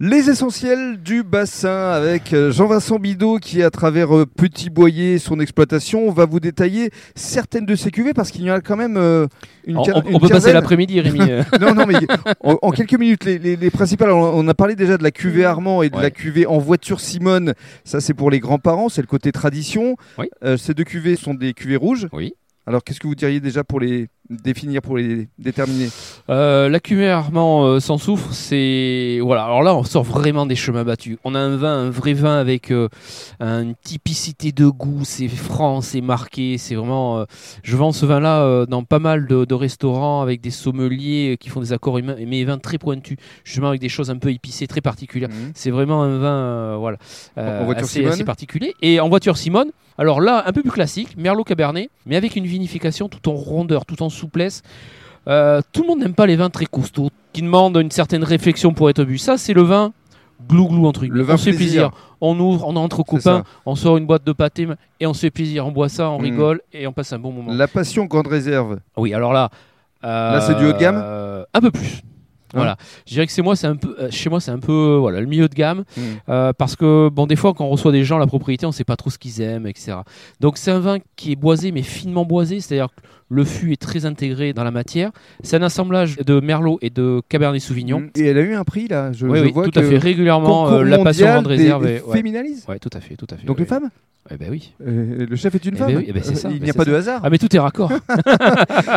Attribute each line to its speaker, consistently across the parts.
Speaker 1: Les essentiels du bassin avec euh, Jean-Vincent Bidot qui, à travers euh, Petit Boyer, son exploitation, va vous détailler certaines de ces cuvées parce qu'il y en a quand même euh, une,
Speaker 2: On,
Speaker 1: quin-
Speaker 2: on-
Speaker 1: une
Speaker 2: on peut passer
Speaker 1: quinzaine.
Speaker 2: l'après-midi, Rémi. euh.
Speaker 1: Non, non, mais en, en quelques minutes, les, les- les principales, on on a parlé déjà de la cuvée Armand et de
Speaker 2: Ouais.
Speaker 1: la cuvée en voiture Simone. Ça, c'est pour les grands-parents, c'est le côté tradition.
Speaker 2: Oui.
Speaker 1: Euh, ces deux cuvées sont des cuvées rouges.
Speaker 2: Oui.
Speaker 1: Alors, qu'est-ce que vous diriez déjà pour les définir, pour les déterminer
Speaker 2: Euh, la cuvée Armand euh, sans soufre, c'est voilà. Alors là, on sort vraiment des chemins battus. On a un vin, un vrai vin avec euh, une typicité de goût. C'est franc, c'est marqué. C'est vraiment. euh, Je vends ce vin-là euh, dans pas mal de, de restaurants avec des sommeliers euh, qui font des accords humains, mais vins très pointus, justement avec des choses un peu épicées, très particulières. C'est vraiment un vin, euh, voilà,
Speaker 1: En voiture
Speaker 2: assez,
Speaker 1: Simone
Speaker 2: assez particulier. Et en voiture Simone, alors là, un peu plus classique, Merlot Cabernet, mais avec une vinification tout en rondeur, tout en souplesse. Euh, tout le monde n'aime pas les vins très costauds, qui demandent une certaine réflexion pour être bu. Ça, c'est le vin glou-glou, entre guillemets.
Speaker 1: Le vin
Speaker 2: on se fait
Speaker 1: plaisir.
Speaker 2: plaisir. On ouvre, on est entre copains, on sort une boîte de pâté et on se fait plaisir. On boit ça, on
Speaker 1: Mm.
Speaker 2: rigole et on passe un bon moment.
Speaker 1: La passion grande réserve.
Speaker 2: Oui, alors là. euh,
Speaker 1: Là, c'est du haut de gamme Hein
Speaker 2: euh, Un peu plus. Voilà. Je dirais que c'est moi, c'est un peu, euh, chez moi, c'est un peu euh, voilà, le milieu de gamme.
Speaker 1: Mm.
Speaker 2: Euh, parce que, bon, des fois, quand on reçoit des gens à la propriété, on ne sait pas trop ce qu'ils aiment, etc. Donc, c'est un vin qui est boisé, mais finement boisé. C'est-à-dire que le fût est très intégré dans la matière. C'est un assemblage de Merlot et de Cabernet Sauvignon.
Speaker 1: Mm. Et elle a eu un prix, là. Je,
Speaker 2: Oui,
Speaker 1: je
Speaker 2: oui,
Speaker 1: vois
Speaker 2: tout
Speaker 1: que
Speaker 2: à fait. Régulièrement,
Speaker 1: Concours
Speaker 2: euh, la passion
Speaker 1: mondial
Speaker 2: grande
Speaker 1: des
Speaker 2: réserve. est- ouais.
Speaker 1: féminalistes.
Speaker 2: Ouais, tout à fait, tout à fait.
Speaker 1: Donc,
Speaker 2: oui.
Speaker 1: les femmes
Speaker 2: Eh ben oui.
Speaker 1: Euh, Le chef est une
Speaker 2: Eh
Speaker 1: femme.
Speaker 2: ben oui, eh ben c'est ça,
Speaker 1: Il
Speaker 2: ben
Speaker 1: n'y a
Speaker 2: c'est
Speaker 1: pas de
Speaker 2: ça.
Speaker 1: hasard.
Speaker 2: Ah, mais tout est raccord.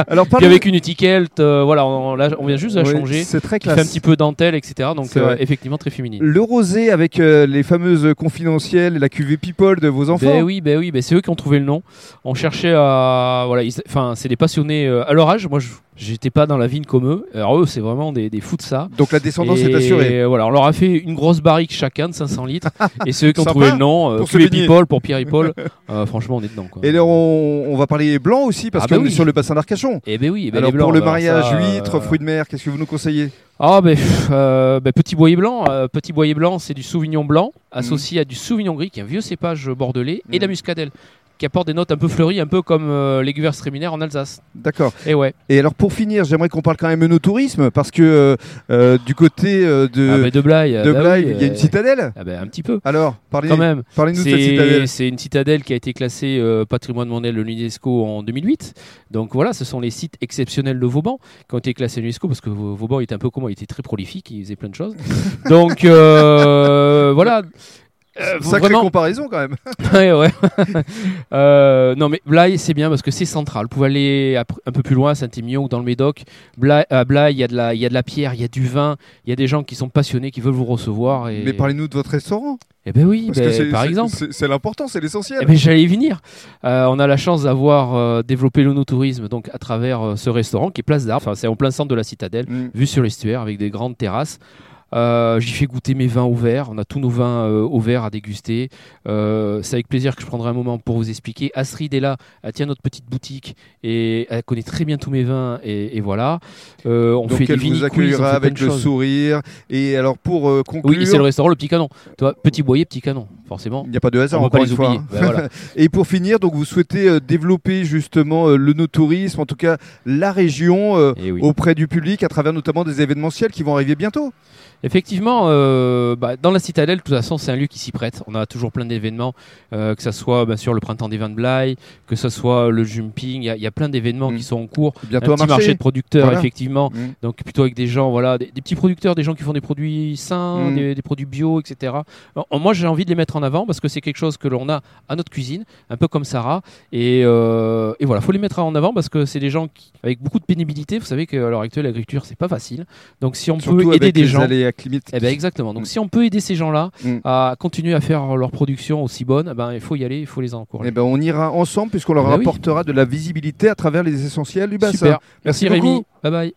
Speaker 1: Alors,
Speaker 2: Puis
Speaker 1: parlons-
Speaker 2: avec une étiquette, euh, voilà, on, on l'a- on vient juste de la
Speaker 1: Ouais,
Speaker 2: changer.
Speaker 1: C'est très
Speaker 2: Qui fait un
Speaker 1: classe.
Speaker 2: petit peu dentelle, etc. Donc,
Speaker 1: C'est
Speaker 2: euh,
Speaker 1: vrai.
Speaker 2: effectivement, très féminine.
Speaker 1: Le rosé avec euh, les fameuses confidentielles et la cuvée People de vos enfants.
Speaker 2: Ben oui, ben oui, ben c'est eux qui ont trouvé le nom. On cherchait à, voilà, ils- enfin, c'est des passionnés euh, à leur âge. Moi, je- j'étais pas dans la vigne comme eux. Alors eux, c'est vraiment des, des fous de ça.
Speaker 1: Donc la descendance
Speaker 2: Et
Speaker 1: est assurée.
Speaker 2: Voilà, on leur a fait une grosse barrique chacun de 500 litres. et c'est eux qui ont
Speaker 1: Sympa
Speaker 2: trouvé le nom. euh,
Speaker 1: pour se
Speaker 2: Cuvée
Speaker 1: baigner.
Speaker 2: People pour Pierre et Paul. Euh, franchement, on est dedans. Quoi.
Speaker 1: Et là, on, on va parler blanc aussi parce
Speaker 2: Ah bah
Speaker 1: qu'on
Speaker 2: oui.
Speaker 1: est sur le bassin d'Arcachon.
Speaker 2: Eh ben oui, ben
Speaker 1: alors
Speaker 2: les blancs,
Speaker 1: pour le
Speaker 2: alors
Speaker 1: mariage,
Speaker 2: ça, euh,
Speaker 1: huîtres, fruits de mer, qu'est-ce que vous nous conseillez
Speaker 2: Ah ben, pff, euh, ben, petit boyer blanc, euh, petit boyer blanc, c'est du Sauvignon blanc
Speaker 1: Mm.
Speaker 2: associé à du Sauvignon gris, qui est un vieux cépage bordelais, et de la
Speaker 1: Mhm.
Speaker 2: muscadelle, qui apporte des notes un peu fleuries, un peu comme euh, les Gewürztraminer en Alsace.
Speaker 1: D'accord.
Speaker 2: Et ouais.
Speaker 1: Et alors pour finir, j'aimerais qu'on parle quand même menotourisme parce que euh, euh, du côté euh, de,
Speaker 2: ah ben, de Blaye,
Speaker 1: de
Speaker 2: bah
Speaker 1: Blaye,
Speaker 2: oui,
Speaker 1: il y a une
Speaker 2: euh,
Speaker 1: citadelle.
Speaker 2: Ah ben, un petit peu.
Speaker 1: Alors parlez,
Speaker 2: Quand même,
Speaker 1: parlez-nous de cette
Speaker 2: c'est
Speaker 1: citadelle.
Speaker 2: c'est une citadelle qui a été classée euh, patrimoine mondial de l'UNESCO en 2008. Donc voilà, ce sont les sites exceptionnels de Vauban qui ont été classés à l'UNESCO parce que Vau- Vauban était un peu comment Il était très prolifique, il faisait plein de choses. Donc euh, voilà. Euh,
Speaker 1: Sacrée
Speaker 2: vraiment,
Speaker 1: comparaison quand même.
Speaker 2: Ouais, ouais. Euh, non, mais Blaye, c'est bien parce que c'est central. Vous pouvez aller après- un peu plus loin, à Saint-Émilion ou dans le Médoc. Blaye, à Blaye, il y, a de la- il y a de la pierre, il y a du vin, il y a des gens qui sont passionnés, qui veulent vous recevoir. Et...
Speaker 1: Mais parlez-nous de votre restaurant.
Speaker 2: Eh ben oui,
Speaker 1: Parce
Speaker 2: ben,
Speaker 1: que c'est-
Speaker 2: par
Speaker 1: c'est-
Speaker 2: exemple.
Speaker 1: c'est- C'est l'important, c'est l'essentiel.
Speaker 2: Eh ben, j'allais y venir. Euh, on a la chance d'avoir euh, développé l'onotourisme donc à travers euh, ce restaurant qui est place d'Arc. Enfin, c'est en plein centre de la citadelle,
Speaker 1: Mm.
Speaker 2: vue sur l'estuaire avec des grandes terrasses. Euh, J'y fais goûter mes vins au verre. On a tous nos vins euh, au verre à déguster. Euh, c'est avec plaisir que je prendrai un moment pour vous expliquer. Astrid est là, elle tient notre petite boutique et elle connaît très bien tous mes vins. Et, et voilà. Euh, on
Speaker 1: Donc
Speaker 2: fait des
Speaker 1: elle vous
Speaker 2: vinicuis, on
Speaker 1: accueillera
Speaker 2: fait plein
Speaker 1: avec
Speaker 2: de
Speaker 1: le
Speaker 2: choses.
Speaker 1: sourire. Et alors pour euh, conclure,
Speaker 2: Oui, et c'est le restaurant, le petit canon. Toi, petit boyer, petit canon, forcément.
Speaker 1: il n'y a pas de hasard
Speaker 2: On va
Speaker 1: encore
Speaker 2: pas
Speaker 1: une
Speaker 2: les
Speaker 1: fois. hein.
Speaker 2: oublier. Ben voilà.
Speaker 1: Et pour finir, donc vous souhaitez euh, développer justement euh, le no-tourisme, en tout cas la région euh,
Speaker 2: Et Eh oui.
Speaker 1: auprès du public à travers notamment des événementiels qui vont arriver bientôt.
Speaker 2: Effectivement, euh, bah, dans la citadelle, de toute façon, c'est un lieu qui s'y prête. On a toujours plein d'événements, euh, que ce soit bien sûr le printemps des vins de Blaye, que ce soit le jumping. Il y a- il y, a plein d'événements
Speaker 1: Mm.
Speaker 2: qui sont en cours.
Speaker 1: Bientôt
Speaker 2: un
Speaker 1: à
Speaker 2: petit marché.
Speaker 1: marché.
Speaker 2: de producteurs,
Speaker 1: Voilà.
Speaker 2: effectivement.
Speaker 1: Mm.
Speaker 2: Donc plutôt avec des gens, voilà, des, des petits producteurs, des gens qui font des produits sains,
Speaker 1: Mm.
Speaker 2: des, des produits bio, etc. Alors, moi, j'ai envie de les mettre en avant parce que c'est quelque chose que l'on a à notre cuisine, un peu comme Sarah. Et, euh, et voilà, faut les mettre en avant parce que c'est des gens qui, avec beaucoup de pénibilité. Vous savez qu'à l'heure actuelle, l'agriculture, c'est pas facile. Donc si on
Speaker 1: Surtout
Speaker 2: peut aider
Speaker 1: avec
Speaker 2: des
Speaker 1: les
Speaker 2: gens.
Speaker 1: aléas climatiques.
Speaker 2: Eh ben exactement. Donc
Speaker 1: Mm.
Speaker 2: si on peut aider ces gens-là
Speaker 1: Mm.
Speaker 2: à continuer à faire leur production aussi bonne, eh ben il faut y aller, il faut les encourager.
Speaker 1: Eh ben, on ira ensemble puisqu'on leur
Speaker 2: Eh ben oui.
Speaker 1: apportera de la visibilité à travers les essentiels du bassin.
Speaker 2: Super. Merci,
Speaker 1: Eh, Merci
Speaker 2: Rémi.
Speaker 1: beaucoup.
Speaker 2: Bye bye.